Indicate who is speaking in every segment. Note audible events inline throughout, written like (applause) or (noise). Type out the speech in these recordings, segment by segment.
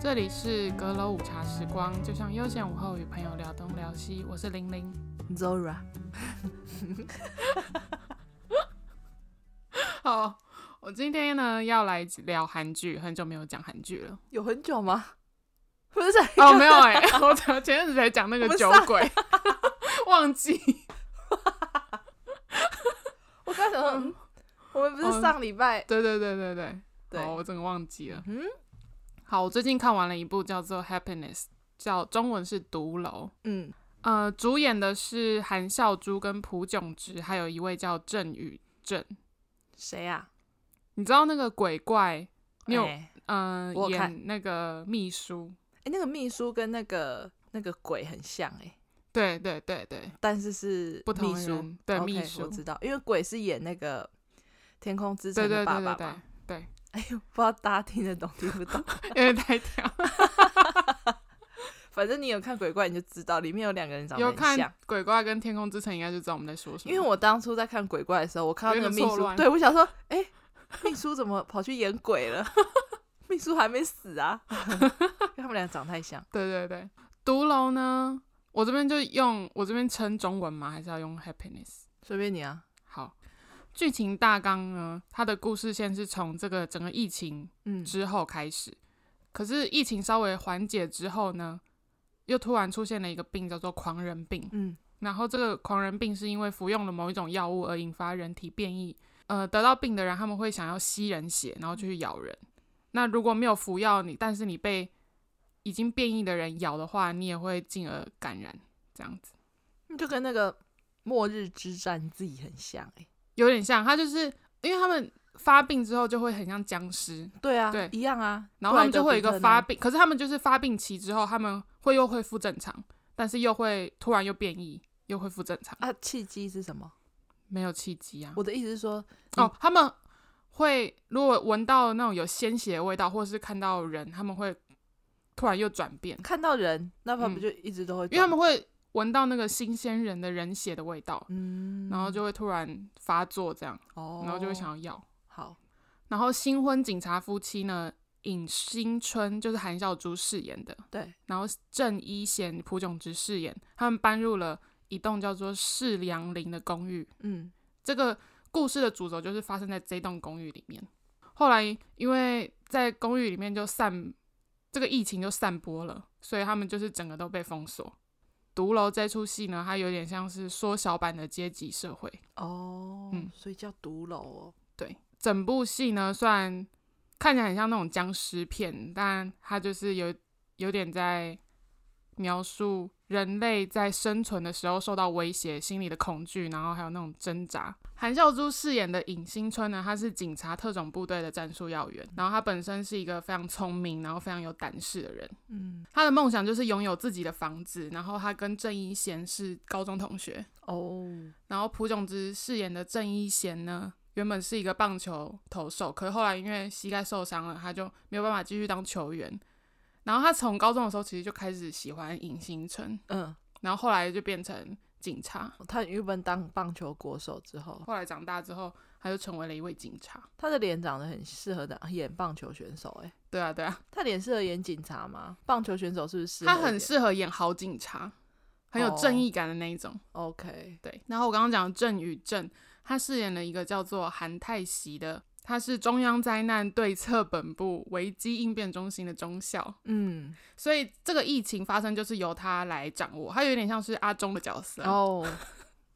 Speaker 1: 这里是阁楼午茶时光，就像悠闲午后与朋友聊东聊西。我是玲玲，
Speaker 2: Zora，
Speaker 1: 好，我今天呢要来聊韩剧，很久没有讲韩剧了。
Speaker 2: 有很久吗？ (laughs) 不是，
Speaker 1: (laughs) 哦，没有哎、 (laughs) 我前阵子才讲那个
Speaker 2: 我们
Speaker 1: 酒
Speaker 2: 上
Speaker 1: 鬼， (laughs) 忘记。
Speaker 2: 我刚想说，嗯我们不
Speaker 1: 哦
Speaker 2: 是上礼拜、
Speaker 1: 对对对对对，哦
Speaker 2: 对
Speaker 1: 好，我整个忘记了。
Speaker 2: 嗯
Speaker 1: 好，我最近看完了一部叫做《Happiness》，叫中文是《独楼》。
Speaker 2: 嗯
Speaker 1: 呃，主演的是韩孝珠跟朴炯植，还有一位叫郑宇正。
Speaker 2: 谁呀、
Speaker 1: 你知道那个鬼怪，你有
Speaker 2: 哎、
Speaker 1: 嗯、
Speaker 2: 我有看
Speaker 1: 演那个秘书？
Speaker 2: 哎那个秘书跟那个那个鬼很像哎、
Speaker 1: 对对对对，
Speaker 2: 但是是
Speaker 1: 不同
Speaker 2: 秘
Speaker 1: 的
Speaker 2: 书
Speaker 1: 人对
Speaker 2: OK，
Speaker 1: 秘书
Speaker 2: 我，知道，因为鬼是演那个天空之
Speaker 1: 对
Speaker 2: 城
Speaker 1: 对
Speaker 2: 的爸
Speaker 1: 对对
Speaker 2: 爸
Speaker 1: 对
Speaker 2: 嘛。，
Speaker 1: 对，
Speaker 2: 哎呦，不知道大家听得懂 (laughs) 听不懂，
Speaker 1: 因为太跳。
Speaker 2: 反正你有看鬼怪你就知道，里面有两个人 (laughs) 长得
Speaker 1: 有
Speaker 2: 很
Speaker 1: 看
Speaker 2: 像
Speaker 1: 《鬼怪》跟《天空之城》，应该就知道我们在说什
Speaker 2: 因
Speaker 1: 么。
Speaker 2: 为我当初在看鬼怪的时候，我看到那个秘
Speaker 1: 有点错
Speaker 2: 书，
Speaker 1: 乱
Speaker 2: 对我想说，哎、秘书怎么跑去演鬼了？ (laughs) 秘书还没死啊！ (laughs) 因为他们俩长太像。
Speaker 1: 对对对，独楼呢，我这边就用我这边称中文吗？还是要用 happiness？
Speaker 2: 随便你啊，
Speaker 1: 好，剧情大纲呢，它的故事线是从这个整个疫情
Speaker 2: 嗯，
Speaker 1: 之后开始，可是疫情稍微缓解之后呢，又突然出现了一个病叫做狂人病，
Speaker 2: 嗯
Speaker 1: 然后这个狂人病是因为服用了某一种药物而引发人体变异，呃，得到病的人他们会想要吸人血，然后就去咬人。那如果没有服药你，但是你被已经变异的人咬的话，你也会进而感染，这样子
Speaker 2: 就跟那个《末日之战》自己很像哎、
Speaker 1: 有点像。他就是因为他们发病之后就会很像僵尸，
Speaker 2: 对啊，
Speaker 1: 对
Speaker 2: 一样啊。
Speaker 1: 然后他们就会有一
Speaker 2: 布
Speaker 1: 个
Speaker 2: 莱德比特
Speaker 1: 发
Speaker 2: 呢，
Speaker 1: 病，可是他们就是发病期之后，他们会又恢复正常，但是又会突然又变异，又恢复正常，
Speaker 2: 啊，契机是什么？
Speaker 1: 没有契机啊。
Speaker 2: 我的意思是说，
Speaker 1: 哦，他们会如果闻到那种有鲜血的味道，或是看到人，他们会突然又转变，
Speaker 2: 看到人，那他
Speaker 1: 嗯
Speaker 2: 不就一直都会、
Speaker 1: 因为他们，会闻到那个新鲜人的人血的味道，
Speaker 2: 嗯，
Speaker 1: 然后就会突然发作这样，
Speaker 2: 哦，
Speaker 1: 然后就会想要要。
Speaker 2: 好，
Speaker 1: 然后新婚警察夫妻呢，尹新春就是韩孝珠饰演的，
Speaker 2: 对，
Speaker 1: 然后郑伊贤、朴炯植饰演，他们搬入了一栋叫做世良林的公寓。
Speaker 2: 嗯
Speaker 1: 这个故事的主轴就是发生在这栋公寓里面。后来因为在公寓里面就散这个疫情就散播了，所以他们就是整个都被封锁。独楼这出戏呢，它有点像是缩小版的阶级社会。
Speaker 2: 哦，
Speaker 1: 嗯
Speaker 2: 所以叫毒楼哦。
Speaker 1: 对，整部戏呢，虽然看起来很像那种僵尸片，但它就是有有点在描述人类在生存的时候受到威胁、心理的恐惧，然后还有那种挣扎。韩孝珠饰演的尹新春呢，他是警察特种部队的战术要员，然后他本身是一个非常聪明，然后非常有胆识的人。
Speaker 2: 嗯，
Speaker 1: 他的梦想就是拥有自己的房子，然后他跟郑伊贤是高中同学，
Speaker 2: 哦，
Speaker 1: 然后朴炯植饰演的郑伊贤呢，原本是一个棒球投手，可是后来因为膝盖受伤了，他就没有办法继续当球员。然后他从高中的时候其实就开始喜欢尹星辰，
Speaker 2: 嗯，
Speaker 1: 然后后来就变成警察。
Speaker 2: 他原本当棒球国手之后，
Speaker 1: 后来长大之后，他就成为了一位警察。
Speaker 2: 他的脸长得很适合当演棒球选手、欸，
Speaker 1: 对啊，对啊，
Speaker 2: 他脸适合演警察吗？棒球选手是不是适合
Speaker 1: 他
Speaker 2: 演？哦
Speaker 1: 很适合演好警察，很有正义感的那一种。
Speaker 2: OK，
Speaker 1: 对，然后我刚刚讲的郑宇正，他饰演了一个叫做韩泰熙的，他是中央灾难对策本部危机应变中心的中校。
Speaker 2: 嗯，
Speaker 1: 所以这个疫情发生就是由他来掌握，他有点像是阿中的角色。
Speaker 2: 哦、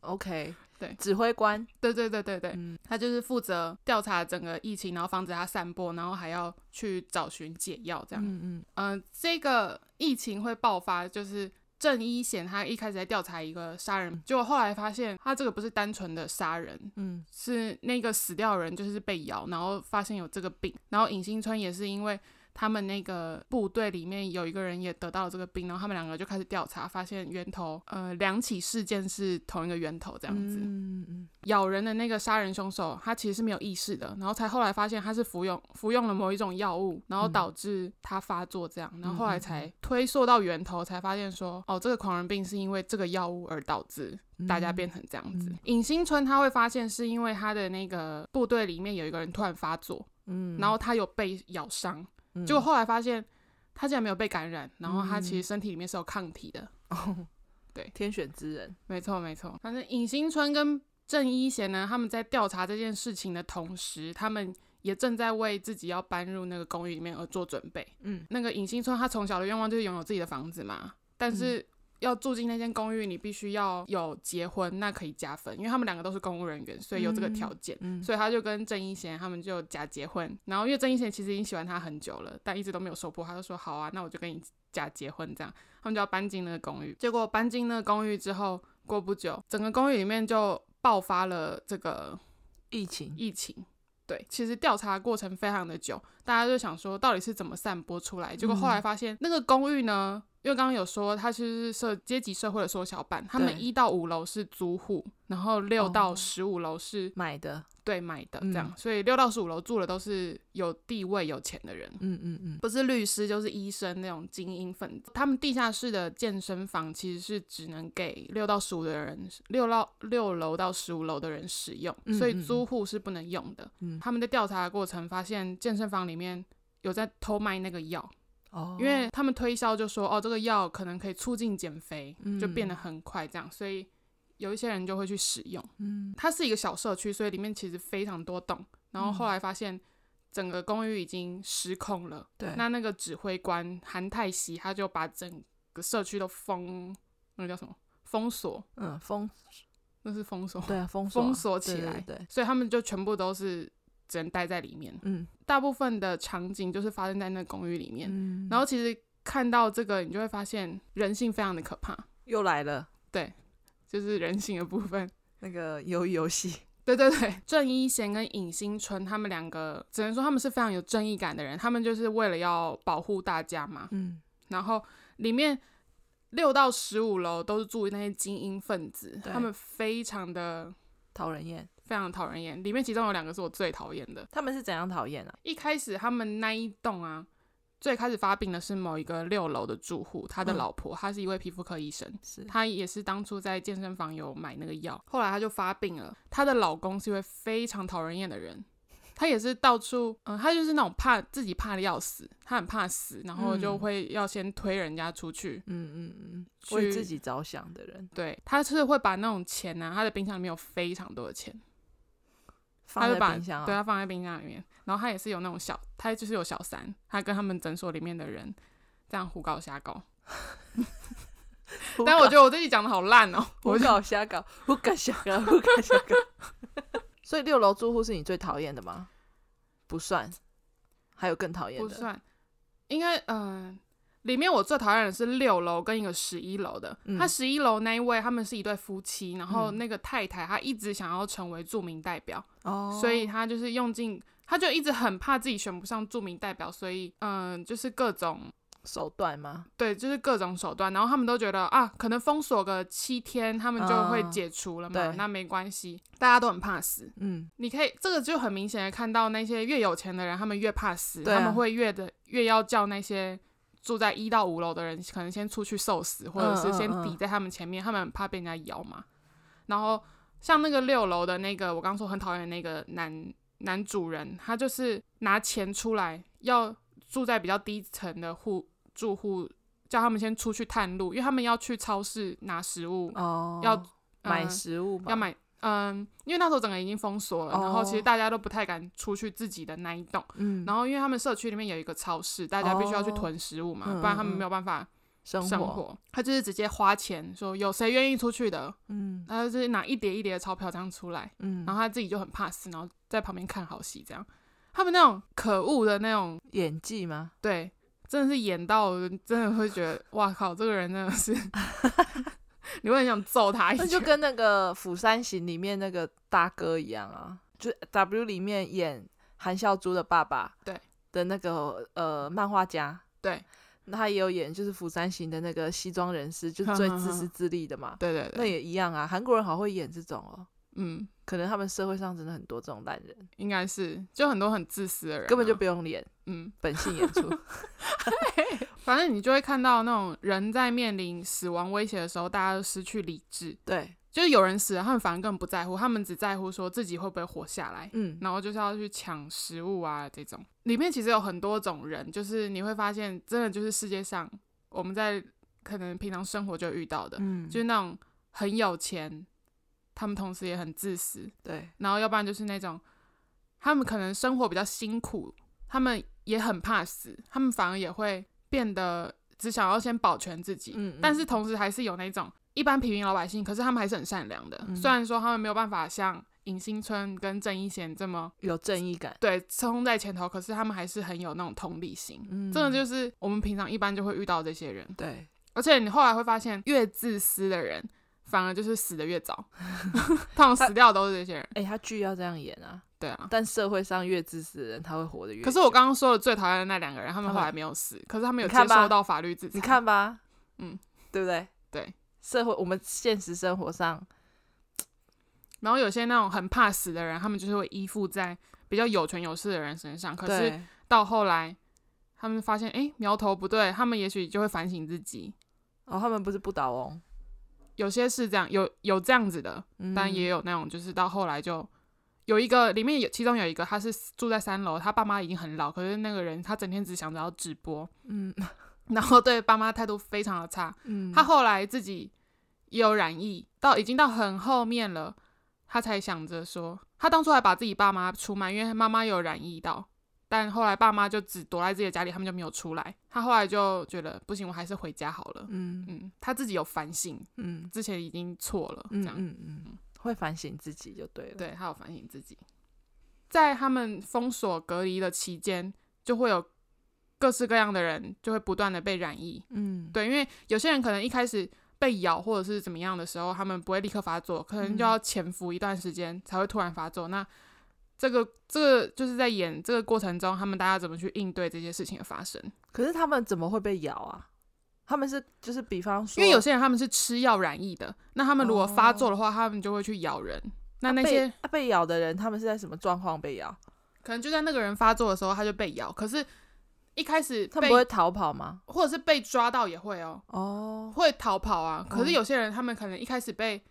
Speaker 2: o k
Speaker 1: (laughs) 对
Speaker 2: 指挥官，
Speaker 1: 对对对对对，
Speaker 2: 嗯
Speaker 1: 他就是负责调查整个疫情，然后防止它散播，然后还要去找寻解药这样。
Speaker 2: 嗯嗯，
Speaker 1: 嗯、这个疫情会爆发，就是郑一贤他一开始在调查一个杀人，结果后来发现他这个不是单纯的杀人。
Speaker 2: 嗯，
Speaker 1: 是那个死掉的人就是被咬，然后发现有这个病，然后尹新春也是因为他们那个部队里面有一个人也得到了这个病，然后他们两个就开始调查，发现源头，呃，两起事件是同一个源头，这
Speaker 2: 这
Speaker 1: 样子。
Speaker 2: 嗯嗯
Speaker 1: 咬人的那个杀人凶手，他其实是没有意识的，然后才后来发现他是服用服用了某一种药物，然后
Speaker 2: 嗯
Speaker 1: 导致他发作这样，然后后来
Speaker 2: 嗯嗯
Speaker 1: 才推溯到源头，才发现说，哦，这个狂人病是因为这个药物而导致，
Speaker 2: 嗯
Speaker 1: 大家变成这样子
Speaker 2: 嗯。
Speaker 1: 尹新春他会发现是因为他的那个部队里面有一个人突然发作，
Speaker 2: 嗯，
Speaker 1: 然后他有被咬伤，
Speaker 2: 嗯 (laughs)
Speaker 1: 结果后来发现他竟然没有被感染，然后他其
Speaker 2: 嗯
Speaker 1: 实身体里面是有抗体的。
Speaker 2: 哦，
Speaker 1: 对
Speaker 2: 天选之人，
Speaker 1: 没错，没错。但是尹新春跟郑一贤呢，他们在调查这件事情的同时，他们也正在为自己要搬入那个公寓里面而做准备。
Speaker 2: 嗯，
Speaker 1: 那个尹新春他从小的愿望就是拥有自己的房子嘛，但是要住进那间公寓，你必须要有结婚，那可以加分，因为他们两个都是公务人员，所以有这个条件。
Speaker 2: 嗯，
Speaker 1: 所以他就跟郑一贤他们就假结婚，然后因为郑一贤其实已经喜欢他很久了，但一直都没有收破，他就说好啊，那我就跟你假结婚这样，他们就要搬进那个公寓。结果搬进那个公寓之后，过不久，整个公寓里面就爆发了这个
Speaker 2: 疫情，
Speaker 1: 疫情。对，其实调查过程非常的久，大家就想说到底是怎么散播出来。结果后
Speaker 2: 嗯
Speaker 1: 来发现，那个公寓呢，因为刚刚有说它其实是社阶级社会的缩小版，他们
Speaker 2: 对
Speaker 1: 一到五楼是租户，然后六
Speaker 2: 哦
Speaker 1: 到十五楼是
Speaker 2: 买的，
Speaker 1: 对买的
Speaker 2: 嗯
Speaker 1: 这样，所以六到十五楼住的都是有地位、有钱的人，
Speaker 2: 嗯嗯嗯，
Speaker 1: 不是律师就是医生那种精英分子。他们地下室的健身房其实是只能给六到十五的人，六到六楼到十五楼的人使用，
Speaker 2: 嗯
Speaker 1: 所
Speaker 2: 嗯嗯
Speaker 1: 以租户是不能用的。
Speaker 2: 嗯
Speaker 1: 他们在调查的过程发现，健身房里面。有在偷卖那个药，
Speaker 2: 哦，
Speaker 1: 因为他们推销就说哦，这个药可能可以促进减肥，
Speaker 2: 嗯
Speaker 1: 就变得很快这样，所以有一些人就会去使用。
Speaker 2: 嗯
Speaker 1: 它是一个小社区，所以里面其实非常多栋。然后后来发现整个公寓已经失控了。
Speaker 2: 对，
Speaker 1: 那那个指挥官韩泰熙他就把整个社区都封，那个叫什么封锁？
Speaker 2: 嗯封
Speaker 1: 那是封锁。
Speaker 2: 对啊封
Speaker 1: 封锁
Speaker 2: 锁对
Speaker 1: 起
Speaker 2: 对
Speaker 1: 来
Speaker 2: 对对
Speaker 1: 所以他们就全部都是只能待在里面。
Speaker 2: 嗯
Speaker 1: 大部分的场景就是发生在那公寓里面。
Speaker 2: 嗯，
Speaker 1: 然后其实看到这个，你就会发现人性非常的可怕，
Speaker 2: 又来了
Speaker 1: 就是人性的部分。 (laughs)
Speaker 2: 那个鱿鱼游戏，
Speaker 1: 对对对，郑伊贤跟尹新春他们两个，只能说他们是非常有正义感的人，他们就是为了要保护大家嘛。
Speaker 2: 嗯，
Speaker 1: 然后里面六到十五楼都是住那些精英分子，
Speaker 2: 对
Speaker 1: 他们非常的
Speaker 2: (laughs) 讨人厌，
Speaker 1: 非常讨人厌。里面其中有两个是我最讨厌的。
Speaker 2: 他们是怎样讨厌啊？
Speaker 1: 一开始他们那一栋啊，最开始发病的是某一个六楼的住户，他的
Speaker 2: 嗯
Speaker 1: 老婆，她是一位皮肤科医生。
Speaker 2: 是
Speaker 1: 她也是当初在健身房有买那个药，后来她就发病了。她的老公是一位非常讨人厌的人，他也是到处，嗯，他就是那种怕自己怕的要死，他很怕死，然后就
Speaker 2: 嗯
Speaker 1: 会要先推人家出去。
Speaker 2: 嗯嗯嗯，
Speaker 1: 去
Speaker 2: 为自己着想的人，
Speaker 1: 对，他是会把那种钱啊，他的冰箱里面有非常多的钱，他
Speaker 2: 放
Speaker 1: 就把
Speaker 2: 在冰箱
Speaker 1: 对
Speaker 2: 啊，
Speaker 1: 他放在冰箱里面，然后他也是有那种小，他就是有小三，他跟他们诊所里面的人这样胡搞瞎搞。
Speaker 2: 胡
Speaker 1: 但我
Speaker 2: 搞
Speaker 1: 觉得我自己讲的好烂哦、
Speaker 2: 胡
Speaker 1: 我就
Speaker 2: 搞瞎搞，胡搞瞎搞，胡搞瞎搞。 (laughs) 所以六楼住户是你最讨厌的吗？不算，还有更讨厌
Speaker 1: 不
Speaker 2: 的。
Speaker 1: 算，应该嗯、呃里面我最讨厌的是六楼跟一个十一楼的。
Speaker 2: 嗯
Speaker 1: 他十一楼那一位，他们是一对夫妻，然后
Speaker 2: 嗯
Speaker 1: 那个太太她一直想要成为著名代表，
Speaker 2: 哦
Speaker 1: 所以她就是用尽，她就一直很怕自己选不上著名代表，所以嗯、呃就是各种。
Speaker 2: 手段吗？
Speaker 1: 对，就是各种手段，然后他们都觉得啊，可能封锁个七天，他们就会
Speaker 2: 嗯
Speaker 1: 解除了嘛，
Speaker 2: 对
Speaker 1: 那没关系，大家都很怕死，
Speaker 2: 嗯，
Speaker 1: 你可以，这个就很明显的看到，那些越有钱的人，他们越怕死，
Speaker 2: 对啊
Speaker 1: 他们会越的越要叫那些住在一到五楼的人，可能先出去受死，或者是先
Speaker 2: 嗯
Speaker 1: 抵在他们前面，他们很怕被人家咬嘛。然后像那个六楼的那个，我刚说很讨厌的那个男男主人，他就是拿钱出来要住在比较低层的户住户，叫他们先出去探路，因为他们要去超市拿食物，
Speaker 2: 哦，
Speaker 1: 要
Speaker 2: 买
Speaker 1: 嗯
Speaker 2: 食物吧，
Speaker 1: 要买，嗯，因为那时候整个已经封锁了，然后其
Speaker 2: 哦
Speaker 1: 实大家都不太敢出去自己的那一栋，
Speaker 2: 嗯，
Speaker 1: 然后因为他们社区里面有一个超市，大家必须要去
Speaker 2: 哦
Speaker 1: 囤食物嘛，
Speaker 2: 嗯
Speaker 1: 不然他
Speaker 2: 嗯
Speaker 1: 们
Speaker 2: 嗯
Speaker 1: 没有办法
Speaker 2: 生
Speaker 1: 生活。他就是直接花钱说有谁愿意出去的，
Speaker 2: 嗯
Speaker 1: 他就是拿一叠一叠的钞票这样出来，
Speaker 2: 嗯，
Speaker 1: 然后他自己就很怕死，然后在旁边看好戏这样。他们那种可恶的那种，
Speaker 2: 演技吗？
Speaker 1: 对，真的是演到我真的会觉得，哇靠，这个人真的是， (laughs) 你会很想揍他一
Speaker 2: 那就
Speaker 1: 拳。
Speaker 2: 跟那个《釜山行》里面那个大哥一样啊，就是 W 里面演韩孝珠的爸爸，
Speaker 1: 对
Speaker 2: 的那个呃漫画家，
Speaker 1: 对，
Speaker 2: 那他也有演就是《釜山行》的那个西装人士，就是最自私自利的嘛
Speaker 1: (laughs) 对对
Speaker 2: 那
Speaker 1: 对，
Speaker 2: 也一样啊。韩国人好会演这种哦，
Speaker 1: 嗯。
Speaker 2: 可能他们社会上真的很多这种烂人，
Speaker 1: 应该是，就很多很自私的人啊、
Speaker 2: 根本就不用演，
Speaker 1: 嗯，
Speaker 2: 本性
Speaker 1: (laughs)
Speaker 2: 演出。
Speaker 1: 反正你就会看到那种人在面临死亡威胁的时候，大家都失去理智，
Speaker 2: 对，
Speaker 1: 就是有人死了，他们反而根本不在乎，他们只在乎说自己会不会活下来，
Speaker 2: 嗯，
Speaker 1: 然后就是要去抢食物啊这种。里面其实有很多种人，就是你会发现，真的就是世界上我们在可能平常生活就遇到的，
Speaker 2: 嗯
Speaker 1: 就是那种很有钱，他们同时也很自私，
Speaker 2: 对，
Speaker 1: 然后要不然就是那种他们可能生活比较辛苦，他们也很怕死，他们反而也会变得只想要先保全自己，
Speaker 2: 嗯嗯
Speaker 1: 但是同时还是有那种一般平民老百姓，可是他们还是很善良的，
Speaker 2: 嗯
Speaker 1: 虽然说他们没有办法像尹新春跟郑伊贤这么
Speaker 2: 有正义感，
Speaker 1: 对冲在前头，可是他们还是很有那种同理心。
Speaker 2: 嗯，
Speaker 1: 真的就是我们平常一般就会遇到这些人，
Speaker 2: 对，
Speaker 1: 而且你后来会发现，越自私的人反而就是死的越
Speaker 2: (laughs)
Speaker 1: 早， (laughs) 通常死掉都是这些人。
Speaker 2: 哎、他剧要这样演啊，
Speaker 1: 对啊，
Speaker 2: 但社会上越自私的人，他会活得越久。
Speaker 1: 可是我刚刚说的最讨厌的那两个人，他们
Speaker 2: 他
Speaker 1: 后
Speaker 2: 们
Speaker 1: 来没有死，可是他们有
Speaker 2: 你
Speaker 1: 接
Speaker 2: 看吧
Speaker 1: 受到法律制裁。
Speaker 2: 你，看吧，
Speaker 1: 嗯，
Speaker 2: 对不对？
Speaker 1: 对。
Speaker 2: 社会，我们现实生活上，
Speaker 1: 然后有些那种很怕死的人，他们就是会依附在比较有权有势的人身上。可是
Speaker 2: 对
Speaker 1: 到后来，他们发现哎、诶苗头不对，他们也许就会反省自己。
Speaker 2: 哦，他们不是不倒翁，
Speaker 1: 有些是这样，有有这样子的，
Speaker 2: 嗯、
Speaker 1: 但也有那种就是到后来就有一个里面有其中有一个他是住在三楼，他爸妈已经很老，可是那个人他整天只想着要直播，
Speaker 2: 嗯
Speaker 1: 然后对爸妈态度非常的差。
Speaker 2: 嗯，
Speaker 1: (laughs) 他后来自己也有染疫，到已经到很后面了，他才想着说，他当初还把自己爸妈出卖，因为他妈妈有染疫到，但后来爸妈就只躲在自己的家里，他们就没有出来。他后来就觉得不行，我还是回家好了。
Speaker 2: 嗯嗯
Speaker 1: 嗯，他自己有反省，
Speaker 2: 嗯
Speaker 1: 之前已经错了，这
Speaker 2: 嗯
Speaker 1: 样、
Speaker 2: 嗯嗯，会反省自己就对了。
Speaker 1: 对他有反省自己。在他们封锁隔离的期间，就会有各式各样的人就会不断的被染疫，
Speaker 2: 嗯，
Speaker 1: 对，因为有些人可能一开始被咬或者是怎么样的时候，他们不会立刻发作，可能就
Speaker 2: 嗯
Speaker 1: 要潜伏一段时间才会突然发作。那这个这个就是在演这个过程中，他们大家怎么去应对这些事情的发生？
Speaker 2: 可是他们怎么会被咬啊？他们是就是比方说，
Speaker 1: 因为有些人他们是吃药染疫的，那他们如果发作的话，他们就会去咬人。那那
Speaker 2: 被
Speaker 1: 些
Speaker 2: 啊被咬的人，他们是在什么状况被咬？
Speaker 1: 可能就在那个人发作的时候，他就被咬。可是，一开始
Speaker 2: 他
Speaker 1: 被
Speaker 2: 们不会逃跑吗？
Speaker 1: 或者是被抓到也会哦，
Speaker 2: 哦，
Speaker 1: 会逃跑啊。可是
Speaker 2: 嗯
Speaker 1: 有些人他们可能一开始被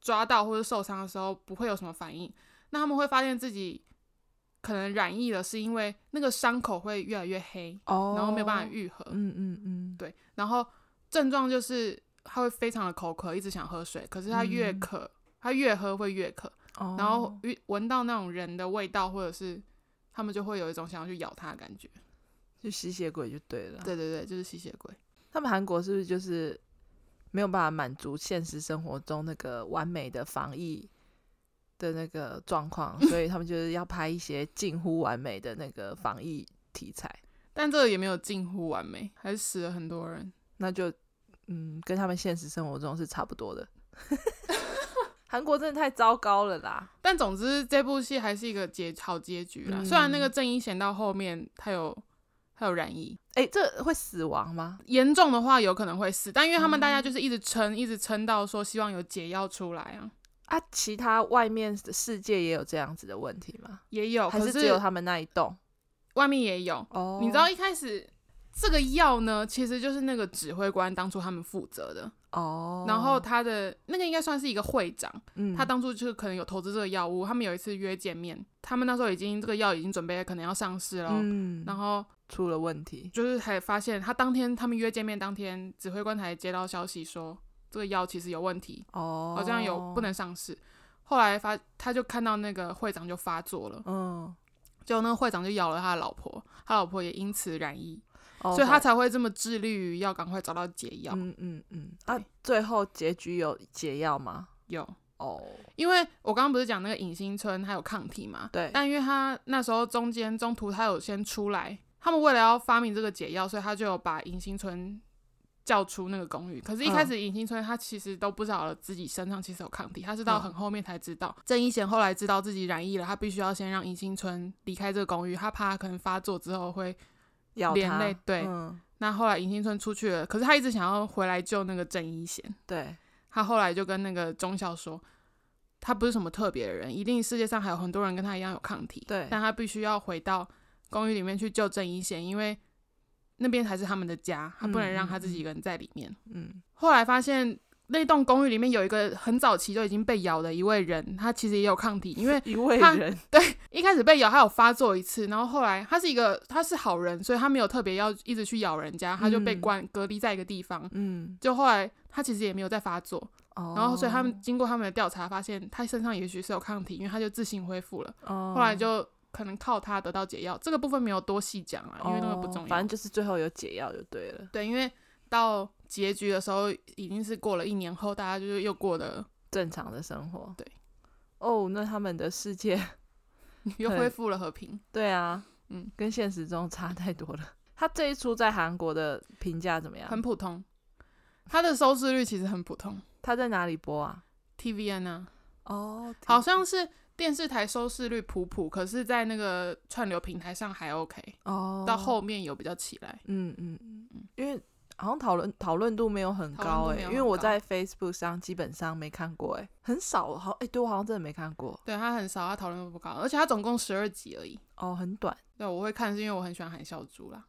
Speaker 1: 抓到或者受伤的时候不会有什么反应，那他们会发现自己可能染疫了，是因为那个伤口会越来越黑，
Speaker 2: 哦，
Speaker 1: 然后没有办法愈合。
Speaker 2: 嗯嗯嗯，
Speaker 1: 对，然后症状就是他会非常的口渴，一直想喝水，可是他越
Speaker 2: 嗯
Speaker 1: 渴，他越喝会越渴，
Speaker 2: 哦
Speaker 1: 然后遇闻到那种人的味道或者是。他们就会有一种想要去咬他的感觉，
Speaker 2: 就吸血鬼就对了。
Speaker 1: 对对对，就是吸血鬼。
Speaker 2: 他们韩国是不是就是没有办法满足现实生活中那个完美的防疫的那个状况，所以他们就是要拍一些近乎完美的那个防疫题材，
Speaker 1: 但这个也没有近乎完美，还是死了很多人。
Speaker 2: 那就嗯，跟他们现实生活中是差不多的。 (laughs) 韩国真的太糟糕了啦！
Speaker 1: 但总之，这部戏还是一个结好结局啦。
Speaker 2: 嗯
Speaker 1: 虽然那个郑伊贤到后面他有他有染疫，
Speaker 2: 哎、这会死亡吗？
Speaker 1: 严重的话有可能会死，但因为他们大
Speaker 2: 嗯
Speaker 1: 家就是一直撑，一直撑到说希望有解药出来啊，
Speaker 2: 啊，其他外面的世界也有这样子的问题吗？
Speaker 1: 也有，
Speaker 2: 还
Speaker 1: 哦可
Speaker 2: 是只有他们那一栋？
Speaker 1: 外面也有。
Speaker 2: 哦
Speaker 1: 你知道一开始这个药呢，其实就是那个指挥官当初他们负责的，
Speaker 2: 哦，
Speaker 1: 然后他的那个应该算是一个会长。
Speaker 2: 嗯
Speaker 1: 他当初就是可能有投资这个药物，他们有一次约见面，他们那时候已经这个药已经准备可能要上市了哦，
Speaker 2: 嗯，
Speaker 1: 然后
Speaker 2: 出了问题，
Speaker 1: 就是还发现他当天他们约见面当天，指挥官才接到消息说这个药其实有问题，
Speaker 2: 哦，
Speaker 1: 好像有不能上市。后来发他就看到那个会长就发作了，
Speaker 2: 嗯，
Speaker 1: 结果那个会长就咬了他的老婆，他老婆也因此染疫，
Speaker 2: 哦
Speaker 1: 所以他
Speaker 2: 好
Speaker 1: 才会这么致力于要赶快找到解药。
Speaker 2: 嗯嗯嗯啊
Speaker 1: 对，
Speaker 2: 最后结局有解药吗？
Speaker 1: 有，
Speaker 2: 哦，
Speaker 1: 因为我刚刚不是讲那个尹新春还有抗体嘛，
Speaker 2: 对
Speaker 1: 但因为他那时候中间中途他有先出来，他们为了要发明这个解药，所以他就有把尹新春叫出那个公寓。可是，一开始尹新春他其实都不晓得自己身上其实有抗体，他是到
Speaker 2: 嗯
Speaker 1: 很后面才知道。郑伊贤后来知道自己染疫了，他必须要先让尹新春离开这个公寓，他怕他可能发作之后会。
Speaker 2: 咬
Speaker 1: 连
Speaker 2: 他
Speaker 1: 累对
Speaker 2: 嗯，
Speaker 1: 那后来尹新春出去了，可是他一直想要回来救那个郑伊贤。
Speaker 2: 对，
Speaker 1: 他后来就跟那个中校说，他不是什么特别的人，一定世界上还有很多人跟他一样有抗体。
Speaker 2: 对
Speaker 1: 但他必须要回到公寓里面去救郑伊贤，因为那边才是他们的家，他不能
Speaker 2: 嗯
Speaker 1: 让
Speaker 2: 嗯
Speaker 1: 他自己一个人在里面。
Speaker 2: 嗯，
Speaker 1: 后来发现那栋公寓里面有一个很早期就已经被咬的一位人，他其实也有抗体，因
Speaker 2: (laughs)
Speaker 1: 为
Speaker 2: 一位
Speaker 1: 他 (laughs)
Speaker 2: 人
Speaker 1: 一开始被咬，他有发作一次，然后后来他是一个他是好人，所以他没有特别要一直去咬人家，他就被
Speaker 2: 嗯
Speaker 1: 关、隔离在一个地方。
Speaker 2: 嗯，
Speaker 1: 就后来他其实也没有再发作，
Speaker 2: 哦，
Speaker 1: 然后所以他们经过他们的调查，发现他身上也许是有抗体，因为他就自行恢复了。
Speaker 2: 哦
Speaker 1: 后来就可能靠他得到解药，这个部分没有多细讲啊，因为那个不
Speaker 2: 哦
Speaker 1: 重要。
Speaker 2: 反正就是最后有解药就对了，
Speaker 1: 对，因为到结局的时候已经是过了一年后，大家就是又过
Speaker 2: (laughs)
Speaker 1: 了
Speaker 2: 正常的生活。
Speaker 1: 对，
Speaker 2: 哦，那他们的世界， (laughs)
Speaker 1: 又
Speaker 2: 对
Speaker 1: 恢复了和平。
Speaker 2: 对啊，
Speaker 1: 嗯，
Speaker 2: 跟现实中差太多了。他这一出在韩国的评价怎么
Speaker 1: 很
Speaker 2: 样？
Speaker 1: 普通。它的收视率其实很普通
Speaker 2: 他在哪里播啊？
Speaker 1: ，TVN 啊，
Speaker 2: 哦，
Speaker 1: 好像是电视台收视率普普，可是在那个串流平台上还 OK，
Speaker 2: 哦，
Speaker 1: 到后面有比较起来。
Speaker 2: 嗯嗯嗯，因为好像讨论讨论度没有很
Speaker 1: 讨论度
Speaker 2: 高哎、
Speaker 1: 没有
Speaker 2: 因为
Speaker 1: 很
Speaker 2: 我
Speaker 1: 高
Speaker 2: 在 Facebook 上基本上没看过哎、很少好哎、对我好像真的没看过
Speaker 1: 对，它很少，它讨论度不高，而且它总共十二集而已。
Speaker 2: 哦，很短。
Speaker 1: 对，我会看是因为我很喜欢韩孝珠啦，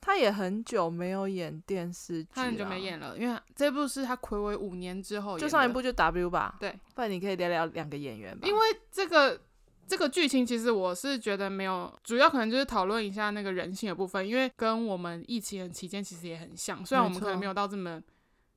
Speaker 2: 他也很久没有演电视剧，
Speaker 1: 他很久没，演了，因为这部是他暌违五年之后演
Speaker 2: 就
Speaker 1: 的
Speaker 2: 上一部就 W 吧。
Speaker 1: 对，
Speaker 2: 不然你可以聊聊两个演员吧。
Speaker 1: 因为这个这个剧情，其实我是觉得没有，主要可能就是讨论一下那个人性的部分，因为跟我们疫情的期间其实也很像，虽然我们
Speaker 2: 没错
Speaker 1: 可能没有到这么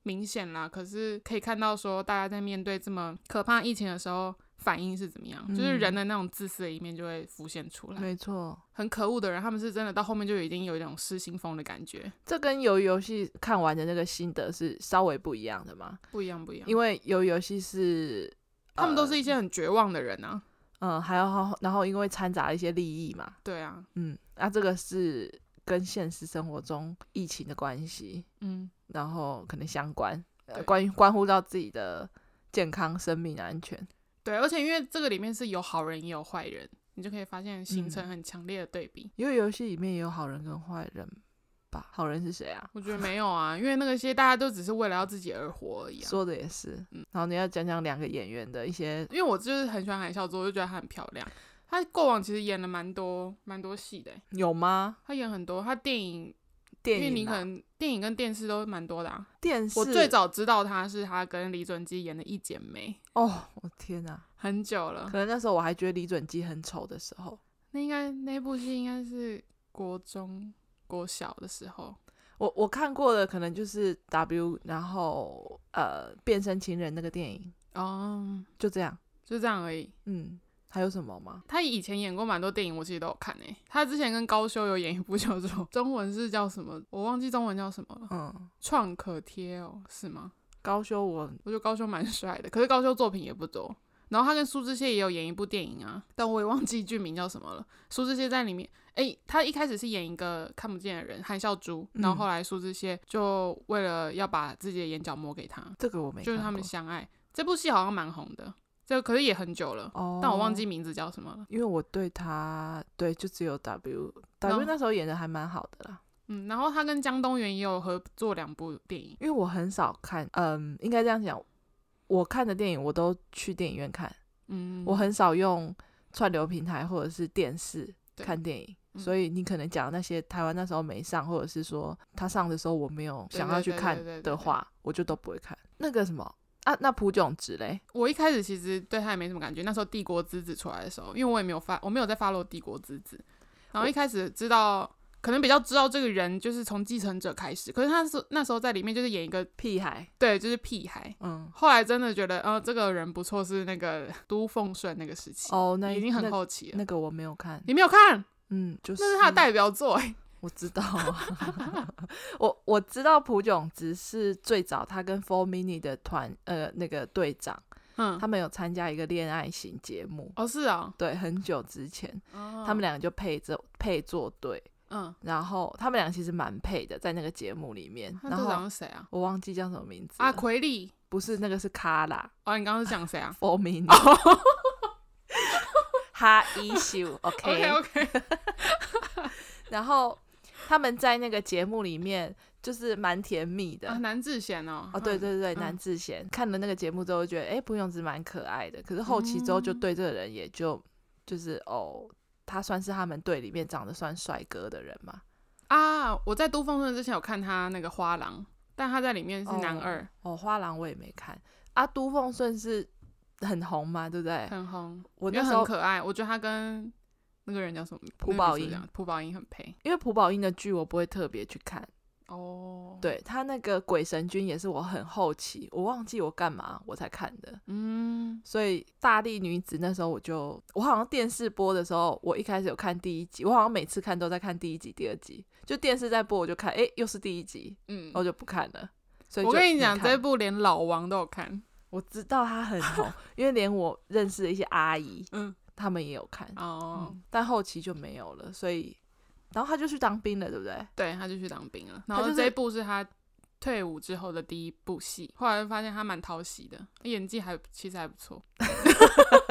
Speaker 1: 明显啦，可是可以看到说大家在面对这么可怕疫情的时候。反应是怎么样？就是人的那种自私的一面就会浮现出来。
Speaker 2: 嗯没错，
Speaker 1: 很可恶的人，他们是真的到后面就已经有一种失心疯的感觉，
Speaker 2: 这跟《鱿鱼游戏》看完的那个心得是稍微不一样的嘛，
Speaker 1: 不一样，不一样。
Speaker 2: 因为《鱿鱼游戏》是
Speaker 1: 他们都是
Speaker 2: 呃
Speaker 1: 一些很绝望的人啊。
Speaker 2: 嗯，还有然后因为掺杂了一些利益嘛，
Speaker 1: 对啊，
Speaker 2: 嗯，那、这个是跟现实生活中疫情的关系，
Speaker 1: 嗯，
Speaker 2: 然后可能相关，呃、
Speaker 1: 对
Speaker 2: 关于关乎到自己的健康、生命安全。
Speaker 1: 对，而且因为这个里面是有好人也有坏人，你就可以发现形
Speaker 2: 嗯
Speaker 1: 成很强烈的对比。
Speaker 2: 因为游戏里面也有好人跟坏人吧？好人是谁啊？
Speaker 1: 我觉得没有啊，因为那个些大家都只是为了要自己而活而已啊。
Speaker 2: 说的也是。然后你要讲讲两个演员的一些，
Speaker 1: 因为我就是很喜欢韩孝周，我就觉得她很漂亮。她过往其实演了蛮多蛮多戏的欸，
Speaker 2: 有吗？
Speaker 1: 她演很多，她电影，
Speaker 2: 电
Speaker 1: 因为
Speaker 2: 影
Speaker 1: 你可
Speaker 2: 啊、
Speaker 1: 能电影跟电视都蛮多的啊。
Speaker 2: 电视，
Speaker 1: 我最早知道她是她跟李准基演的《一剪梅
Speaker 2: 哦，我天哪、》，
Speaker 1: 很久了
Speaker 2: 可，能那时候我还觉得李准基很丑的时候，
Speaker 1: 那应该那部戏应该是国中国小的时候。
Speaker 2: 我我看过的可能就是 W，然后呃，变身情人那个电影，
Speaker 1: 哦，
Speaker 2: 就这样。
Speaker 1: 就这样而已。
Speaker 2: 嗯，还有什么吗？
Speaker 1: 他以前演过蛮多电影，我其实都有看诶、欸他之前跟高修有演一部叫做 (laughs) 中文是叫什么，我忘记中文叫什么了，《
Speaker 2: 嗯，
Speaker 1: 创可贴》哦，是吗？
Speaker 2: 高修我
Speaker 1: 我觉得高修蛮 (laughs) 帅的，可是高修作品也不多。然后他跟苏志燮也有演一部电影啊，但我也忘记剧名叫什么了。苏志燮在里面，诶，他一开始是演一个看不见的人，韩孝珠，
Speaker 2: 嗯
Speaker 1: 然后后来苏志燮就为了要把自己的眼角磨给他，
Speaker 2: 这个我没看过，
Speaker 1: 就是他们相爱。这部戏好像蛮红的，这可是也很久了，
Speaker 2: 哦，
Speaker 1: 但我忘记，名字叫什么了。
Speaker 2: 因为我对他对就只有 W W
Speaker 1: 然后
Speaker 2: 那时候演的还蛮好的啦，
Speaker 1: 嗯，然后他跟江东元也有合作两部电影，
Speaker 2: 因为我很少看，嗯，应该这样讲，我看的电影我都去电影院看，
Speaker 1: 嗯，
Speaker 2: 我很少用串流平台或者是电视
Speaker 1: 对
Speaker 2: 看电影。
Speaker 1: 嗯
Speaker 2: 所以你可能讲的那些台湾那时候没上，或者是说他上的时候我没有想要去
Speaker 1: 对对对
Speaker 2: 看
Speaker 1: 对对对
Speaker 2: 的
Speaker 1: 对
Speaker 2: 话，我就都不会看。那个什么啊，那朴炯植嘞，
Speaker 1: 我一开始其实对他也没什么感觉，那时候《帝国之子》出来的时候，因为我也没有发，我没有在发落《帝国之子》，然后一开始知道，可能比较知道这个人就是从继承者开始，可是他是那时候在里面就是演一个
Speaker 2: 屁孩，
Speaker 1: 对，就是屁孩。
Speaker 2: 嗯，
Speaker 1: 后来真的觉得，呃，这个人不错，是那个都奉顺那个时期，
Speaker 2: 哦，那
Speaker 1: 已经很
Speaker 2: 那
Speaker 1: 后期了。
Speaker 2: 那个我没有看，
Speaker 1: 你没有看，
Speaker 2: 嗯，就是
Speaker 1: 那是他的代表作、哎
Speaker 2: 我知道啊， (laughs) 我我知道朴炯植是最早他跟 Four Mini 的团呃那个队长，
Speaker 1: 嗯，
Speaker 2: 他们有参加一个恋爱型节目，
Speaker 1: 哦，是啊、
Speaker 2: 对，很久之前，
Speaker 1: 哦，
Speaker 2: 他们两个就配着配作对，
Speaker 1: 嗯，
Speaker 2: 然后他们俩其实蛮配的，在那个节目里面，
Speaker 1: 他
Speaker 2: 然
Speaker 1: 队
Speaker 2: 后
Speaker 1: 长是谁啊？
Speaker 2: 我忘记叫什么名字
Speaker 1: 啊，
Speaker 2: 了
Speaker 1: 奎利。
Speaker 2: 不是那个是卡拉
Speaker 1: 哦，你刚刚是讲谁
Speaker 2: (laughs)
Speaker 1: 啊
Speaker 2: Four Mini，哈
Speaker 1: (laughs)
Speaker 2: 一修
Speaker 1: ？OK OK，
Speaker 2: 然后他们在那个节目里面就是蛮甜蜜的
Speaker 1: 啊，，南智贤哦，
Speaker 2: 哦，对
Speaker 1: 嗯，
Speaker 2: 对对，
Speaker 1: 嗯
Speaker 2: 南智贤、看了那个节目之后，觉得哎，朴炯植蛮可爱的。可是后期之后，就
Speaker 1: 嗯
Speaker 2: 对这个人也就、就是哦，他算是他们队里面长得算帅哥的人嘛。
Speaker 1: 啊，我在都奉顺之前有看他那个花郎，但他在里面是男
Speaker 2: 哦
Speaker 1: 二，
Speaker 2: 哦，花郎我也没看啊。都奉顺是很红嘛，对不对？
Speaker 1: 很红，
Speaker 2: 我
Speaker 1: 因为
Speaker 2: 那时
Speaker 1: 很
Speaker 2: 候
Speaker 1: 可爱。我觉得他跟那个人叫什么？那个
Speaker 2: 朴
Speaker 1: 女
Speaker 2: 宝
Speaker 1: 主
Speaker 2: 英
Speaker 1: 角朴宝英很配
Speaker 2: 因为朴宝英的剧我不会特别去看，
Speaker 1: 哦。，
Speaker 2: 对他那个《鬼神君》也是我很后期，我忘记我干嘛我才看的。
Speaker 1: 嗯，
Speaker 2: 所以《大力女子》那时候我就，我好像电视播的时候，我一开始有看第一集，我好像每次看都在看第一集、第二集，就电视在播我就看，诶，又是第一集，
Speaker 1: 嗯，
Speaker 2: 我就不看了。所以
Speaker 1: 我
Speaker 2: 哦就
Speaker 1: 跟你
Speaker 2: 没
Speaker 1: 讲，
Speaker 2: 看
Speaker 1: 这部连老王都有看。
Speaker 2: 我知道他很
Speaker 1: (laughs)
Speaker 2: 红，因为连我认识的一些阿姨，
Speaker 1: 嗯，
Speaker 2: 他们也有看，
Speaker 1: 哦，
Speaker 2: 嗯但后期就没有了，所以，然后他就去当兵了，对不对？
Speaker 1: 对，他就去当兵了。
Speaker 2: 他
Speaker 1: 然后
Speaker 2: 就是
Speaker 1: 这一部是他退伍之后的第一部戏，后来就发现他蛮讨喜的，演技还其实还不错。
Speaker 2: (laughs)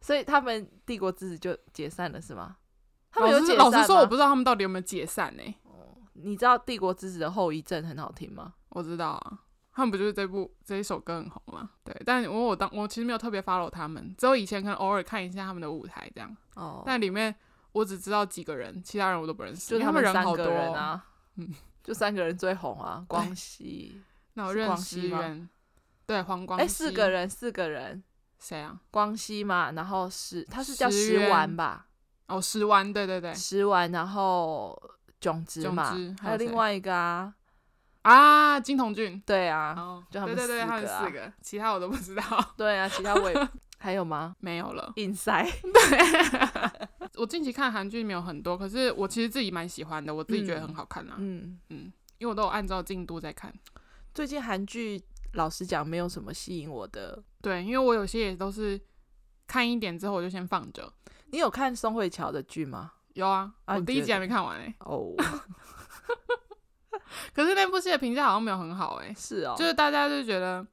Speaker 2: 所以他们帝国之子就解散了，是吗？他
Speaker 1: 老
Speaker 2: 们有
Speaker 1: 实
Speaker 2: 解
Speaker 1: 老
Speaker 2: 散
Speaker 1: 实说，我
Speaker 2: 吗
Speaker 1: 不知道他们到底有没有解散欸呢、
Speaker 2: 你知道帝国之子的后遗症很好听吗？
Speaker 1: 我知道啊，他们不就是这部这一首歌很红嘛？对，但我我当我其实没有特别 follow 他们，只有以前可能偶尔看一下他们的舞台这样。
Speaker 2: 哦，
Speaker 1: 但里面我只知道几个人，其他人我都不认识，
Speaker 2: 就
Speaker 1: 因为
Speaker 2: 他
Speaker 1: 们人
Speaker 2: 三
Speaker 1: 好
Speaker 2: 个
Speaker 1: 多
Speaker 2: 人
Speaker 1: 哦。
Speaker 2: 啊，
Speaker 1: 嗯，
Speaker 2: (laughs) 就三个人最红啊，光熙，
Speaker 1: 那我
Speaker 2: 是
Speaker 1: 认
Speaker 2: 广
Speaker 1: 识
Speaker 2: 西吗
Speaker 1: 人，对黄 (laughs) 光
Speaker 2: 哎，四
Speaker 1: 熙
Speaker 2: 个人，四个人，
Speaker 1: 谁啊？
Speaker 2: 光熙嘛，然后石，他是叫
Speaker 1: 石
Speaker 2: 石丸
Speaker 1: 原
Speaker 2: 吧，
Speaker 1: 哦，石丸，对对对，
Speaker 2: 石丸，然后炯植
Speaker 1: 炯
Speaker 2: 嘛
Speaker 1: 植，还
Speaker 2: 还
Speaker 1: 有
Speaker 2: 有另
Speaker 1: 谁
Speaker 2: 外一个啊，
Speaker 1: 啊，金童俊。
Speaker 2: 对啊，
Speaker 1: 哦，
Speaker 2: 就他们
Speaker 1: 对对对，
Speaker 2: 四
Speaker 1: 他们
Speaker 2: 个啊
Speaker 1: 四个，其他我都不知道， (laughs)
Speaker 2: 对啊，其他我也还有吗？
Speaker 1: 没有了。
Speaker 2: 硬塞，
Speaker 1: (laughs) 我近期看韩剧没有很多，可是我其实自己蛮喜欢的，我自己觉得很好看啊，
Speaker 2: 嗯，
Speaker 1: 因为我都有按照进度在看。
Speaker 2: 最近韩剧老实讲没有什么吸引我的。
Speaker 1: 对，因为我有些也都是看一点之后我就先放着。
Speaker 2: 你有看宋慧乔的剧吗？
Speaker 1: 有啊，
Speaker 2: 啊
Speaker 1: 我
Speaker 2: 你
Speaker 1: 第一
Speaker 2: 觉
Speaker 1: 集还
Speaker 2: 得
Speaker 1: 没看完哎、
Speaker 2: 哦，
Speaker 1: 可是那部戏的评价好像没有很好哎、
Speaker 2: (laughs) 是哦，
Speaker 1: 就是大家就觉得，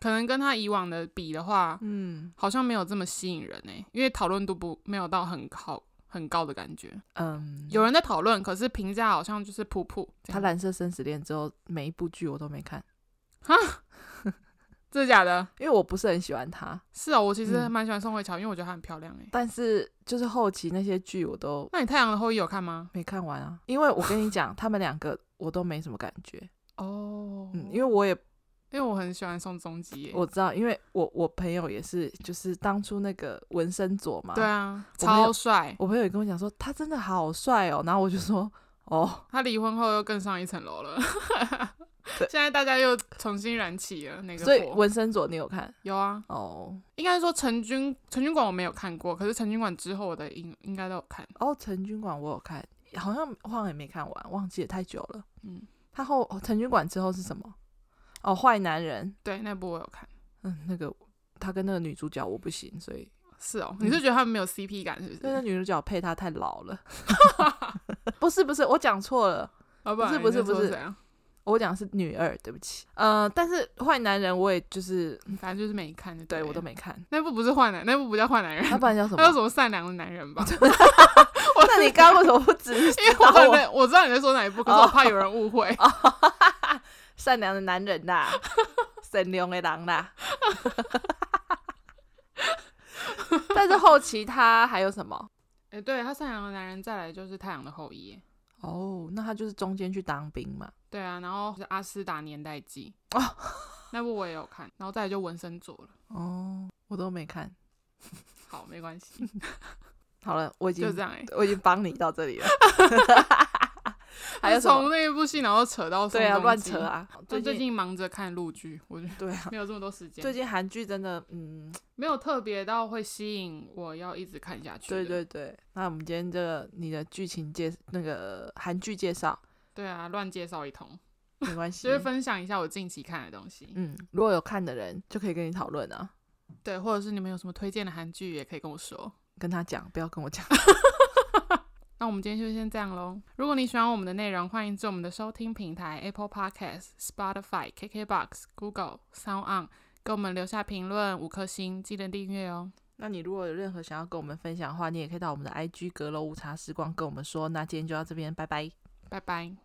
Speaker 1: 可能跟他以往的比的话，
Speaker 2: 嗯
Speaker 1: 好像没有这么吸引人哎、因为讨论度不没有到很好很高的感觉。
Speaker 2: 嗯，
Speaker 1: 有人在讨论，可是评价好像就是普普这
Speaker 2: 他
Speaker 1: 样。
Speaker 2: 蓝色生死恋之后每一部剧我都没看，
Speaker 1: 真的假的？
Speaker 2: 因为我不是很喜欢他，
Speaker 1: 是哦，我其实
Speaker 2: 嗯
Speaker 1: 蛮喜欢宋慧乔，因为我觉得她很漂亮哎、
Speaker 2: 但是就是后期那些剧我都
Speaker 1: 那你《太阳的后裔》有看吗？
Speaker 2: 没看完啊，因为我跟
Speaker 1: (laughs)
Speaker 2: 你讲，他们两个我都没什么感觉，
Speaker 1: 哦
Speaker 2: 嗯，因
Speaker 1: 因为
Speaker 2: 为我也
Speaker 1: 因为我很喜欢宋仲基、欸，
Speaker 2: 我知道，因为我我朋友也是，就是当初那个纹身佐嘛，
Speaker 1: 对啊，
Speaker 2: 我没有
Speaker 1: 超帅。
Speaker 2: 我朋友也跟我讲说他真的好帅哦，然后我就说哦，
Speaker 1: 他离婚后又更上一层楼了，
Speaker 2: 对
Speaker 1: (laughs) 现在大家又重新燃起了那个
Speaker 2: 所以
Speaker 1: 火。
Speaker 2: 纹身佐你有看
Speaker 1: 有啊，
Speaker 2: 哦
Speaker 1: 应该说陈军陈军馆我没有看过，可是陈军馆之后我的应应该都有看。
Speaker 2: 哦，陈军馆我有看，好像我好像也没看完，忘记了太久了。
Speaker 1: 嗯，
Speaker 2: 他后哦陈军馆之后是什么？哦，坏男人，
Speaker 1: 对，那部我有看。
Speaker 2: 嗯，那个他跟那个女主角我不行，所以
Speaker 1: 是哦，
Speaker 2: 嗯
Speaker 1: 你是觉得他们没有 CP 感是不
Speaker 2: 那
Speaker 1: 是？
Speaker 2: 个女主角配他太老了。 (laughs) 不是不是，我讲错了，
Speaker 1: 老
Speaker 2: 不是
Speaker 1: 板，
Speaker 2: 不是
Speaker 1: 你在说
Speaker 2: 不是
Speaker 1: 谁啊
Speaker 2: 我讲的是女二，对不起。呃，但是坏男人我也就是
Speaker 1: 反正就是没看就
Speaker 2: 对
Speaker 1: 了
Speaker 2: 我都没看，
Speaker 1: 那部不是坏男，那部不叫坏男人，
Speaker 2: 他不
Speaker 1: (laughs)
Speaker 2: 然叫什
Speaker 1: 他叫
Speaker 2: 么
Speaker 1: 什？么善良的男人吧？
Speaker 2: (laughs) 那你刚刚为什么不只是
Speaker 1: 因为我在那我知道你在说哪一部，可是我
Speaker 2: 哦
Speaker 1: 怕有人误会。
Speaker 2: 善良的男人 (laughs) 啦，善良的狼 (laughs) 啦。但是后期他还有什么？
Speaker 1: 哎、对他善良的男人，再来就是太阳的后裔。
Speaker 2: 哦，那他就是中间去当兵嘛。
Speaker 1: 对啊，然后是阿斯达年代记
Speaker 2: 哦
Speaker 1: (laughs) 那部我也有看，然后再来就纹身佐了。
Speaker 2: 哦，我都没看。
Speaker 1: 好，没关
Speaker 2: (laughs)
Speaker 1: 系，
Speaker 2: 好了，我已经
Speaker 1: 就这样哎、
Speaker 2: 我已经帮你到这 (laughs) 里了。还有什
Speaker 1: 从
Speaker 2: 么？
Speaker 1: 那一部戏，然后扯到宋
Speaker 2: 对啊，
Speaker 1: 仲
Speaker 2: 乱
Speaker 1: 基
Speaker 2: 扯！啊！
Speaker 1: 就
Speaker 2: 最
Speaker 1: 最
Speaker 2: 近
Speaker 1: 近忙着看陆剧，我就
Speaker 2: 对啊，
Speaker 1: 没有这么多时间，
Speaker 2: (laughs) 最近韩剧真的，嗯，
Speaker 1: 没有特别到会吸引我要一直看下去的。
Speaker 2: 对对对。那我们今天这个你的剧情介那个韩剧介绍
Speaker 1: 对啊，乱介绍一通，
Speaker 2: 没关系
Speaker 1: 就，是分享一下我近期看的东西。
Speaker 2: 嗯，如果有看的人就可以跟你讨论啊。
Speaker 1: 对，或者是你们有什么推荐的韩剧，也可以跟我说。
Speaker 2: 跟他讲，不要跟我讲。 (laughs)
Speaker 1: 那我们今天就先这样喽。如果你喜欢我们的内容，欢迎至我们的收听平台 Apple Podcast、Spotify、KKBox、Google、Sound On 给我们留下评论五颗星，记得订阅哦。
Speaker 2: 那你如果有任何想要跟我们分享的话，你也可以到我们的 IG 阁楼无茶时光跟我们说。那今天就到这边，拜拜。
Speaker 1: 拜拜。